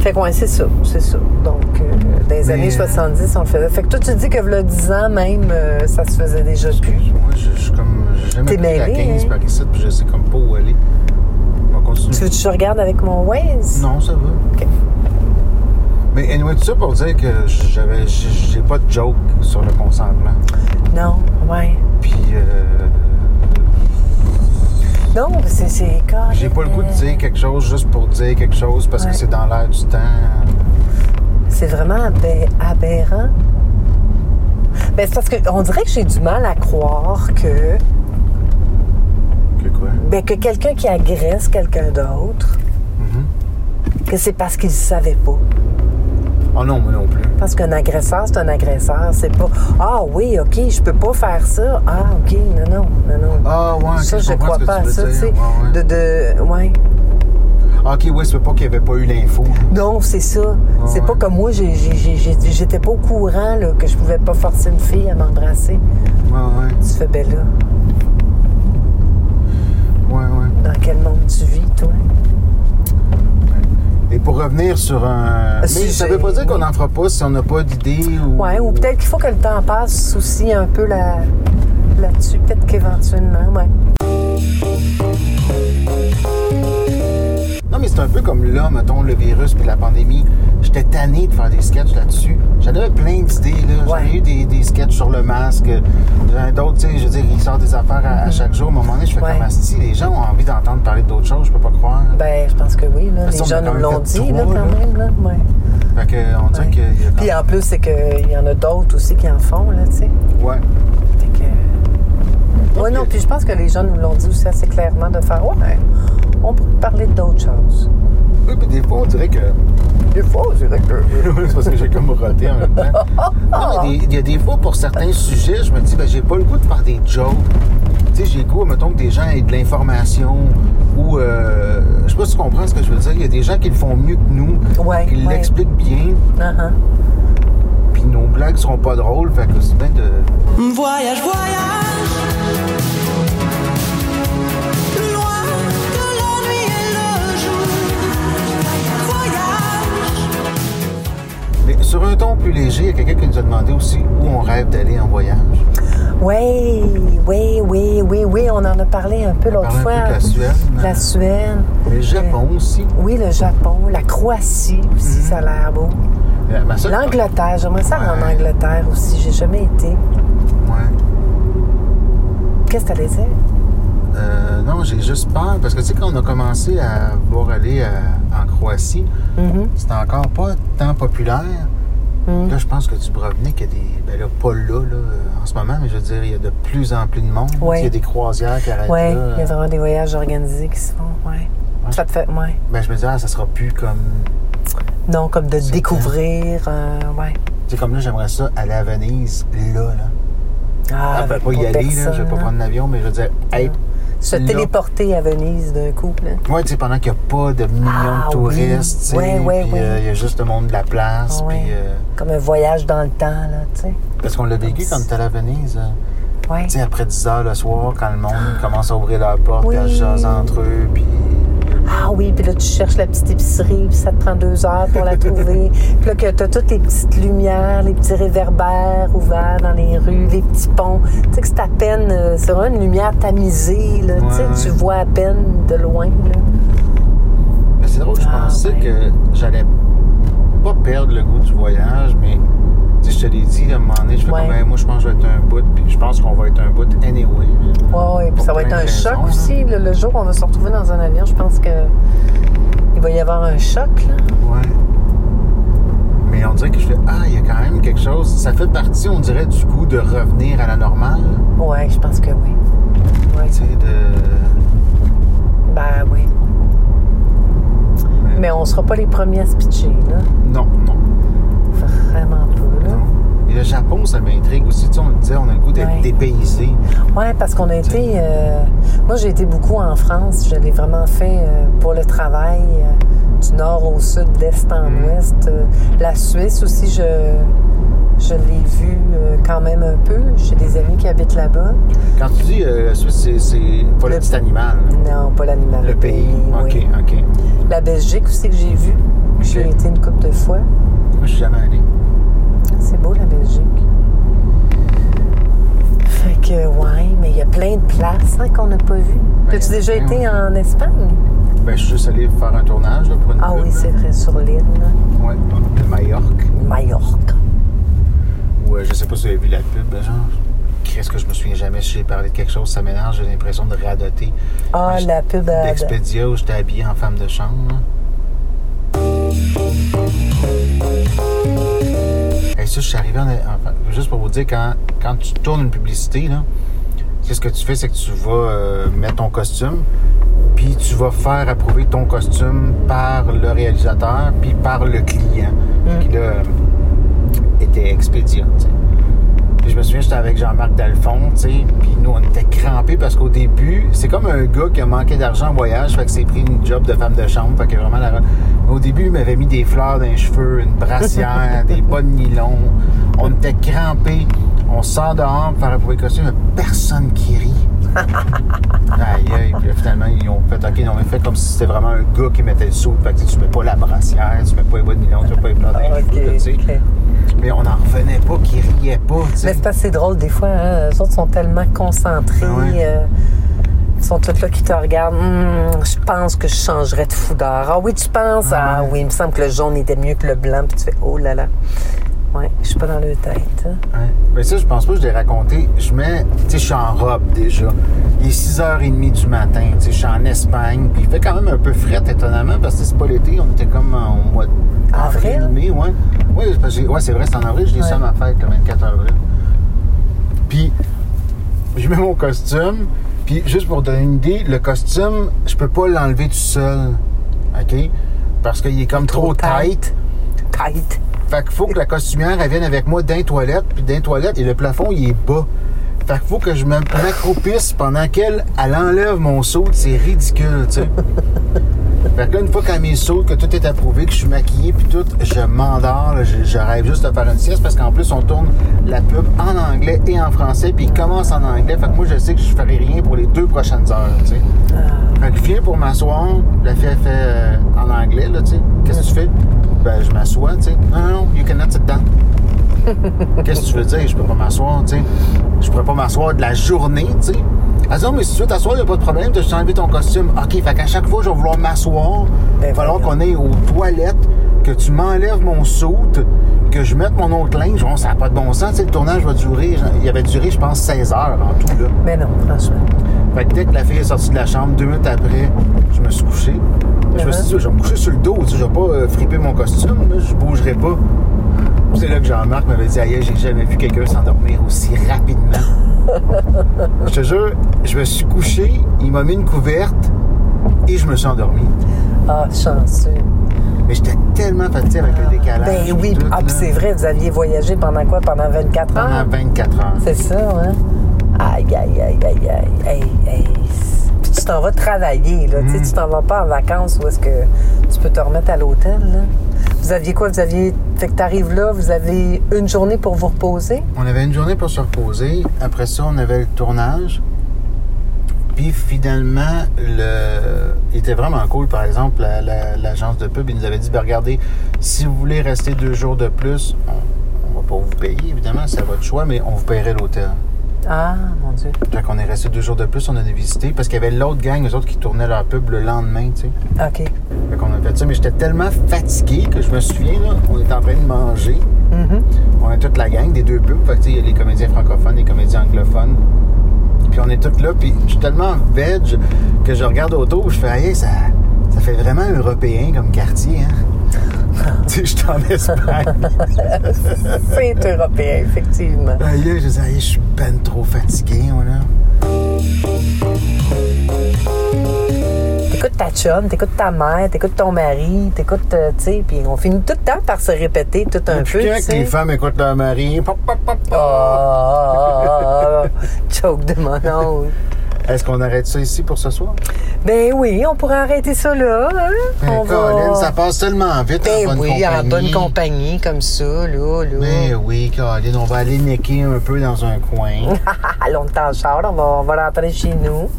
Speaker 3: Fait que, ouais, c'est ça, c'est ça. Donc, euh, dans les
Speaker 2: Mais,
Speaker 3: années
Speaker 2: euh,
Speaker 3: 70, on le faisait. Fait que toi, tu dis que, v'là 10 ans même, euh, ça se faisait déjà plus.
Speaker 2: Moi, je je suis comme... J'ai jamais
Speaker 3: T'es
Speaker 2: pris la
Speaker 3: mêlé,
Speaker 2: 15
Speaker 3: hein?
Speaker 2: par ici, puis je sais comme pas où aller. On va continuer.
Speaker 3: Tu veux que je regarde avec mon Waze?
Speaker 2: Non, ça va.
Speaker 3: OK.
Speaker 2: Mais anyway, tout ça pour dire que j'avais, j'ai j'ai pas de joke sur le consentement.
Speaker 3: Non, ouais.
Speaker 2: Puis euh,
Speaker 3: Non, c'est c'est euh, correct.
Speaker 2: j'ai pas le goût de dire quelque chose juste pour dire quelque chose parce
Speaker 3: Ouais.
Speaker 2: que c'est dans l'air du temps. hein.
Speaker 3: C'est vraiment abé- aberrant. Ben, c'est parce qu'on dirait que j'ai du mal à croire que,
Speaker 2: Que quoi?
Speaker 3: ben, que quelqu'un qui agresse quelqu'un d'autre,
Speaker 2: Mhm.
Speaker 3: que c'est parce qu'il ne savait pas.
Speaker 2: Oh non, moi non plus.
Speaker 3: Parce qu'un agresseur, c'est un agresseur. C'est pas Ah oui, OK, je peux pas faire ça. Ah, OK, non, non, non, non.
Speaker 2: Ah ouais,
Speaker 3: ça,
Speaker 2: ok,
Speaker 3: je
Speaker 2: comprends
Speaker 3: crois
Speaker 2: ce que
Speaker 3: pas à
Speaker 2: tu veux
Speaker 3: ça, tu
Speaker 2: dire.
Speaker 3: sais.
Speaker 2: Ouais, ouais.
Speaker 3: De, de. Ouais.
Speaker 2: Ok, ouais, c'est pas qu'il n'y avait pas eu l'info.
Speaker 3: Non, c'est ça. c'est
Speaker 2: ouais.
Speaker 3: pas comme moi, j'ai- j'ai- j'ai- j'ai- j'étais pas au courant là, que je pouvais pas forcer une fille à m'embrasser.
Speaker 2: Ouais, ouais,
Speaker 3: Tu fais ben là.
Speaker 2: ouais, ouais.
Speaker 3: Dans quel monde tu vis, toi?
Speaker 2: Et pour revenir sur un. Mais
Speaker 3: sujet,
Speaker 2: ça veut pas dire
Speaker 3: oui.
Speaker 2: qu'on n'en fera pas si on n'a pas d'idée ou.
Speaker 3: Ouais, ou peut-être qu'il faut que le temps passe aussi un peu là- là-dessus. peut-être qu'éventuellement, ouais.
Speaker 2: Non, mais c'est un peu comme là, mettons, le virus puis la pandémie. J'étais tanné de faire des sketchs là-dessus. J'en avais plein d'idées, là. J'en ai
Speaker 3: Ouais.
Speaker 2: eu des, des sketchs sur le masque. J'en ai d'autres, tu sais, je veux dire, ils sortent des affaires à, à chaque jour. À un moment donné, je fais
Speaker 3: Mm. Ouais.
Speaker 2: comme Asti, les gens ont envie d'entendre parler d'autres choses, je peux pas croire.
Speaker 3: Ben, je pense que oui, là.
Speaker 2: Mais ça,
Speaker 3: Les
Speaker 2: on a
Speaker 3: gens
Speaker 2: quand
Speaker 3: nous
Speaker 2: même
Speaker 3: l'ont
Speaker 2: fait
Speaker 3: dit, là,
Speaker 2: trois, là.
Speaker 3: quand même, là. Ouais.
Speaker 2: Fait que, on dirait
Speaker 3: Ouais.
Speaker 2: qu'il y a.
Speaker 3: Puis en plus, c'est qu'il y en a d'autres aussi qui en font, là, tu sais.
Speaker 2: Ouais.
Speaker 3: Fait que... Ouais, non, puis je pense que les gens nous l'ont dit aussi assez clairement de faire, ouais, ben, on pourrait parler d'autres choses.
Speaker 2: Oui, puis des fois, on dirait que.
Speaker 3: Des fois, je dirais que.
Speaker 2: c'est parce que j'ai comme roté en même temps. Non, mais des- il y a des fois, pour certains sujets, je me dis, ben, j'ai pas le goût de faire des jokes. Tu sais, j'ai le goût, mettons, que des gens aient de l'information ou. euh, je sais pas si tu comprends ce que je veux dire. Il y a des gens qui le font mieux que nous,
Speaker 3: Ouais,
Speaker 2: qui
Speaker 3: ouais.
Speaker 2: l'expliquent bien,
Speaker 3: Uh-huh.
Speaker 2: puis nos blagues seront pas drôles. Fait que c'est bien de.
Speaker 4: Voyage, voyage, loin de la nuit et le jour. Voyage,
Speaker 2: Mais sur un ton plus léger, il y a quelqu'un qui nous a demandé aussi où on rêve d'aller en voyage.
Speaker 3: Oui, oui, oui, oui, oui, on en a parlé un peu l'autre
Speaker 2: parlé un
Speaker 3: fois.
Speaker 2: peu de la Suède.
Speaker 3: La Suède.
Speaker 2: Le Japon aussi.
Speaker 3: Oui, le Japon, la Croatie
Speaker 2: Mhm.
Speaker 3: aussi, ça a l'air beau.
Speaker 2: Euh, ma sœur-
Speaker 3: L'Angleterre, j'aimerais ça aller en
Speaker 2: Ouais.
Speaker 3: Angleterre aussi, j'ai jamais été.
Speaker 2: Ouais.
Speaker 3: Qu'est-ce que t'allais dire?
Speaker 2: Euh, non, j'ai juste peur parce que tu sais, quand on a commencé à vouloir aller euh, en Croatie, c'était encore pas tant populaire.
Speaker 3: Hmm.
Speaker 2: Là, je pense que Dubrovnik, il y a des. Ben là, pas là, là, en ce moment, mais je veux dire, il y a de plus en plus de monde.
Speaker 3: Ouais.
Speaker 2: Il y a des croisières qui arrêtent
Speaker 3: Oui,
Speaker 2: là.
Speaker 3: il y a vraiment des voyages organisés qui se font, ouais. Ça te fait, ouais.
Speaker 2: Ben, je me disais, ah, ça sera plus comme.
Speaker 3: Non, comme de découvrir, euh, ouais.
Speaker 2: Tu sais, comme là, j'aimerais ça aller à Venise, là, là.
Speaker 3: Ah,
Speaker 2: Ah, ben,
Speaker 3: avec
Speaker 2: pas y
Speaker 3: pas
Speaker 2: aller, là. Je vais
Speaker 3: personne,
Speaker 2: pas
Speaker 3: hein.
Speaker 2: prendre l'avion, mais je veux dire, hey,
Speaker 3: Se
Speaker 2: là.
Speaker 3: téléporter à Venise d'un coup, là.
Speaker 2: Ouais, tu sais, pendant qu'il n'y a pas de millions
Speaker 3: Ah,
Speaker 2: de touristes,
Speaker 3: oui.
Speaker 2: tu sais,
Speaker 3: Ouais, ouais,
Speaker 2: puis
Speaker 3: ouais.
Speaker 2: euh, il y a juste le monde de la place,
Speaker 3: Ouais.
Speaker 2: puis. euh,
Speaker 3: Comme un voyage dans le temps, là, tu sais.
Speaker 2: Parce qu'on l'a vécu quand on était allé à Venise. euh,
Speaker 3: Ouais.
Speaker 2: Tu sais, après 10 heures le soir, quand le monde commence à ouvrir leurs portes,
Speaker 3: Oui.
Speaker 2: puis à se jaser entre eux, puis.
Speaker 3: Ah oui, puis là, tu cherches la petite épicerie, puis ça te prend deux heures pour la
Speaker 2: [LAUGHS]
Speaker 3: trouver. puis là, que t'as toutes les petites lumières, les petits réverbères ouverts dans les rues, les petits ponts. Tu sais que c'est à peine... euh, C'est vraiment une lumière tamisée, là. Tu
Speaker 2: Ouais, ouais.
Speaker 3: sais, tu vois à peine de loin, là.
Speaker 2: Mais c'est drôle, je
Speaker 3: Ah,
Speaker 2: pensais
Speaker 3: ouais.
Speaker 2: que j'allais pas perdre le goût du voyage, mais tu sais, je te l'ai dit à un moment donné, je fais
Speaker 3: Ouais.
Speaker 2: comme, Ben, moi je pense que je vais être un bout, puis je pense qu'on va être un bout anyway.
Speaker 3: Oui, puis
Speaker 2: Pour
Speaker 3: ça va être
Speaker 2: plein
Speaker 3: un
Speaker 2: de
Speaker 3: choc
Speaker 2: raisons,
Speaker 3: aussi. Le, le jour où on va se retrouver dans un avion, je pense que il va y avoir un choc. Là.
Speaker 2: Ouais. Mais on dirait que je fais, ah, il y a quand même quelque chose. Ça fait partie, on dirait, du goût de revenir à la normale.
Speaker 3: Oui, je pense que oui. Ouais.
Speaker 2: Tu sais, de.
Speaker 3: Ben oui. Mais on sera pas les premiers à se pitcher, là.
Speaker 2: Non, non.
Speaker 3: Vraiment pas, là.
Speaker 2: non. Et le Japon, ça m'intrigue aussi. Tu sais, on le disait, on a le goût d'être
Speaker 3: Ouais.
Speaker 2: dépaysé.
Speaker 3: Oui, parce qu'on a été. euh, moi, j'ai été beaucoup en France. Je l'ai vraiment fait euh, pour le travail, euh, du nord au sud, d'est en
Speaker 2: Mm.
Speaker 3: ouest. Euh, la Suisse aussi, je, je l'ai vue euh, quand même un peu. J'ai des amis qui habitent là-bas.
Speaker 2: Quand tu dis euh, la Suisse, c'est- c'est pas le,
Speaker 3: Le-
Speaker 2: petit animal.
Speaker 3: Non, pas l'animal.
Speaker 2: Le pays.
Speaker 3: oui.
Speaker 2: OK, OK.
Speaker 3: La Belgique aussi que j'ai vue. J'ai
Speaker 2: Ok.
Speaker 3: été une couple de fois.
Speaker 2: Moi, je suis jamais allé.
Speaker 3: C'est beau la Belgique. Fait que ouais, mais il y a plein de places hein, qu'on n'a pas vues.
Speaker 2: Ben,
Speaker 3: As-tu déjà
Speaker 2: ben
Speaker 3: été
Speaker 2: oui.
Speaker 3: en Espagne?
Speaker 2: Ben, je suis juste allé faire un tournage là, pour une
Speaker 3: Ah
Speaker 2: pub,
Speaker 3: oui,
Speaker 2: là.
Speaker 3: c'est vrai, sur l'île, là.
Speaker 2: Ouais, de Majorque.
Speaker 3: Majorque.
Speaker 2: Ouais, je sais pas si vous avez vu la pub, ben, genre. Qu'est-ce que je me souviens jamais si j'ai parlé de quelque chose, ça m'énerve, j'ai l'impression de radoter.
Speaker 3: Ah,
Speaker 2: Ben,
Speaker 3: la pub à-
Speaker 2: D'Expedia où j'étais habillé en femme de chambre. hein? là. Et ça, je suis arrivé en. enfin, juste pour vous dire, quand, quand tu tournes une publicité, là, tu sais, ce que tu fais, c'est que tu vas euh, mettre ton costume, puis tu vas faire approuver ton costume par le réalisateur, puis par le client, qui là euh, était Expedia. tu sais. Puis je me souviens, j'étais avec Jean-Marc Dalphon, tu sais, puis nous, on était crampés parce qu'au début, c'est comme un gars qui a manqué d'argent en voyage, fait que s'est pris une job de femme de chambre, fait que vraiment, la... au début, il m'avait mis des fleurs dans les cheveux, une
Speaker 3: [LAUGHS]
Speaker 2: brassière, des bas de nylon. On était crampés. On sort dehors pour faire approuver le costume, il y a personne
Speaker 3: [LAUGHS]
Speaker 2: qui rit. Aïe, aïe, puis là, finalement, ils ont fait, OK, on a fait comme si c'était vraiment un gars qui mettait le saut. Fait que tu sais, tu mets pas la brassière, tu mets pas les bas de nylon, tu mets pas les fleurs dans les
Speaker 3: Ah, ok,
Speaker 2: cheveux, là, tu sais.
Speaker 3: ok.
Speaker 2: Mais on n'en revenait pas, qu'ils riaient pas, tu sais.
Speaker 3: Mais c'est pas assez drôle des fois, hein? Les autres sont tellement concentrés.
Speaker 2: Ah ouais.
Speaker 3: euh, ils sont tous là qui te regardent. Hum, je pense que je changerais de foudard. Ah oui, tu penses? Ah oui, il me semble que le jaune était mieux que le blanc. Puis tu fais, oh là là. Ouais, je suis pas dans leur tête. hein.
Speaker 2: Ouais. Mais ça, je pense pas que je l'ai raconté. Je mets. Tu sais, je suis en robe déjà. Il est 6h30 du matin. Tu sais, je suis en Espagne. Puis il fait quand même un peu fret, étonnamment, parce que c'est pas l'été. On était comme en- au mois de.
Speaker 3: Avril?
Speaker 2: mai, ouais. Oui, parce que j'ai- ouais, c'est vrai, c'est en avril. Je l'ai
Speaker 3: Ouais.
Speaker 2: ça à ma fête, le 24 avril. Puis, je mets mon costume. Puis, juste pour donner une idée, le costume, je peux pas l'enlever tout seul. OK? Parce qu'il est comme trop, tight.
Speaker 3: Tight.
Speaker 2: Fait qu'il faut que la costumière elle vienne avec moi d'un toilette, puis d'un toilette, et le plafond, il est bas. Fait qu'il faut que je me- m'accroupisse pendant qu'elle elle enlève mon saut. C'est ridicule, tu sais. fait que là, une fois qu'elle mes sauts, que tout est approuvé, que je suis maquillé, puis tout, je m'endors. là. Je, je rêve juste de faire une sieste parce qu'en plus, on tourne la pub en anglais et en français, puis il commence en anglais. Fait que moi, je sais que je ferai rien pour les deux prochaines heures, tu sais. Fait que je viens pour m'asseoir, la fille elle fait euh, en anglais, là, tu sais. Qu'est-ce que tu fais? Ben, je m'assois, tu sais. Non, non, non, you cannot sit down. Qu'est-ce que tu veux dire? Je peux pas m'asseoir, tu sais. Je pourrais pas m'asseoir de la journée, tu sais. Elle dit, non, mais si tu veux t'asseoir, y a pas de problème, je t'ai enlevé ton costume. OK, fait qu'à chaque fois, je vais vouloir m'asseoir. Il
Speaker 3: Ben,
Speaker 2: va falloir
Speaker 3: voyons.
Speaker 2: qu'on aille aux toilettes, que tu m'enlèves mon soute, que je mette mon autre linge. Bon, ça n'a pas de bon sens, tu sais. Le tournage va durer, genre, il avait duré, je pense, 16 heures en tout, là.
Speaker 3: Mais non, franchement.
Speaker 2: Fait que dès que la fille est sortie de la chambre, deux minutes après, je me suis couché. Je me suis dit, je vais me coucher sur le dos, tu sais, je vais pas euh, friper mon costume, là, je bougerai pas. C'est là que Jean-Marc m'avait dit, aïe, j'ai jamais vu quelqu'un s'endormir aussi rapidement.
Speaker 3: [LAUGHS]
Speaker 2: je te jure, je me suis couché, il m'a mis une couverte et je me suis endormi.
Speaker 3: Ah, chanceux.
Speaker 2: Mais j'étais tellement fatigué avec le décalage.
Speaker 3: Ben
Speaker 2: et
Speaker 3: oui.
Speaker 2: tout,
Speaker 3: Ah, puis
Speaker 2: là,
Speaker 3: c'est vrai, vous aviez voyagé pendant quoi? Pendant 24 heures?
Speaker 2: Pendant 24 heures.
Speaker 3: C'est ça, hein? Aïe, aïe, aïe, aïe, aïe, aïe, aïe. Puis tu t'en vas travailler, là. Tu sais, tu t'en vas pas en vacances où est-ce que tu peux te remettre à l'hôtel, là. Vous aviez quoi? Vous aviez. Fait que t'arrives là, vous avez une journée pour vous reposer.
Speaker 2: On avait une journée pour se reposer. Après ça, on avait le tournage. Puis finalement, le... il était vraiment cool. Par exemple, la- la- l'agence de pub, il nous avait dit, Ben, regardez, si vous voulez rester deux jours de plus, on, on va pas vous payer, évidemment, c'est à votre choix, mais on vous paierait l'hôtel.
Speaker 3: Ah, mon Dieu.
Speaker 2: Fait qu'on est resté deux jours de plus, on a visité, parce qu'il y avait l'autre gang, eux autres, qui tournaient leur pub le lendemain, tu sais.
Speaker 3: OK.
Speaker 2: Fait qu'on a fait ça, mais j'étais tellement fatigué que je me souviens, là, on était en train de manger.
Speaker 3: Mhm.
Speaker 2: On est toute la gang des deux pubs. Fait que, tu sais, il y a les comédiens francophones, les comédiens anglophones. Puis on est tous là, puis je suis tellement veg que je regarde autour, je fais, hey, ça, ça fait vraiment européen comme quartier, hein.
Speaker 3: [LAUGHS]
Speaker 2: tu sais, je suis en Espagne.
Speaker 3: C'est européen, effectivement.
Speaker 2: Aïe, aïe, je dis, aïe, je suis ben trop fatigué, moi, là.
Speaker 3: T'écoutes ta chum, t'écoutes ta mère, t'écoutes ton mari, t'écoutes, euh, tu sais, puis on finit tout le temps par se répéter tout un peu,
Speaker 2: Depuis quand
Speaker 3: tu
Speaker 2: que les
Speaker 3: sais.
Speaker 2: femmes écoutent leur mari? Pop, pop, pop, pop.
Speaker 3: Ah, ah, ah, ah, ah. Joke de mon oncle.
Speaker 2: Est-ce qu'on arrête ça ici pour ce soir?
Speaker 3: Ben oui, on pourrait arrêter ça là. hein? On
Speaker 2: Ben, Colin, ça passe tellement vite
Speaker 3: Ben
Speaker 2: en bonne
Speaker 3: oui,
Speaker 2: compagnie.
Speaker 3: en bonne compagnie comme ça, là, là.
Speaker 2: Ben oui, Colin, on va aller niquer un peu dans un coin.
Speaker 3: [LAUGHS] Allons en char, on va, on va rentrer chez nous.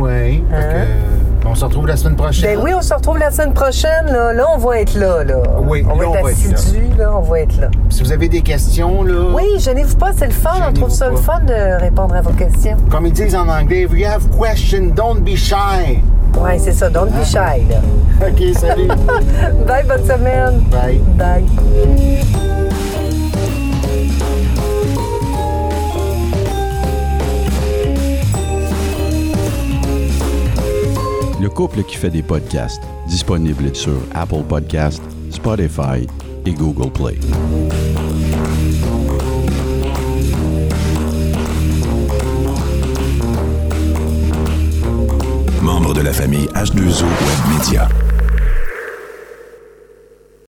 Speaker 2: Oui, parce
Speaker 3: Hein?
Speaker 2: que on se retrouve la semaine prochaine.
Speaker 3: Ben oui, on se retrouve la semaine prochaine, là. Là, on va être là, là.
Speaker 2: Oui,
Speaker 3: on va
Speaker 2: là, on
Speaker 3: être
Speaker 2: va être là.
Speaker 3: assidus, là. on va être là.
Speaker 2: Si vous avez des questions, là,
Speaker 3: Oui, gênez-vous pas, c'est le fun. On trouve
Speaker 2: Gênez-vous
Speaker 3: ça le
Speaker 2: pas.
Speaker 3: fun de répondre à vos questions.
Speaker 2: comme ils disent en anglais, if you have questions, don't be shy. [LAUGHS]
Speaker 3: Ouais, c'est ça.
Speaker 2: Hein?
Speaker 3: Don't be shy, là.
Speaker 2: OK,
Speaker 3: [LAUGHS]
Speaker 2: salut.
Speaker 3: Bye, bonne semaine.
Speaker 2: Bye.
Speaker 3: Bye.
Speaker 5: Le couple qui fait des podcasts, disponible sur Apple Podcasts, Spotify et Google Play.
Speaker 1: Membre de la famille H2O Web Media.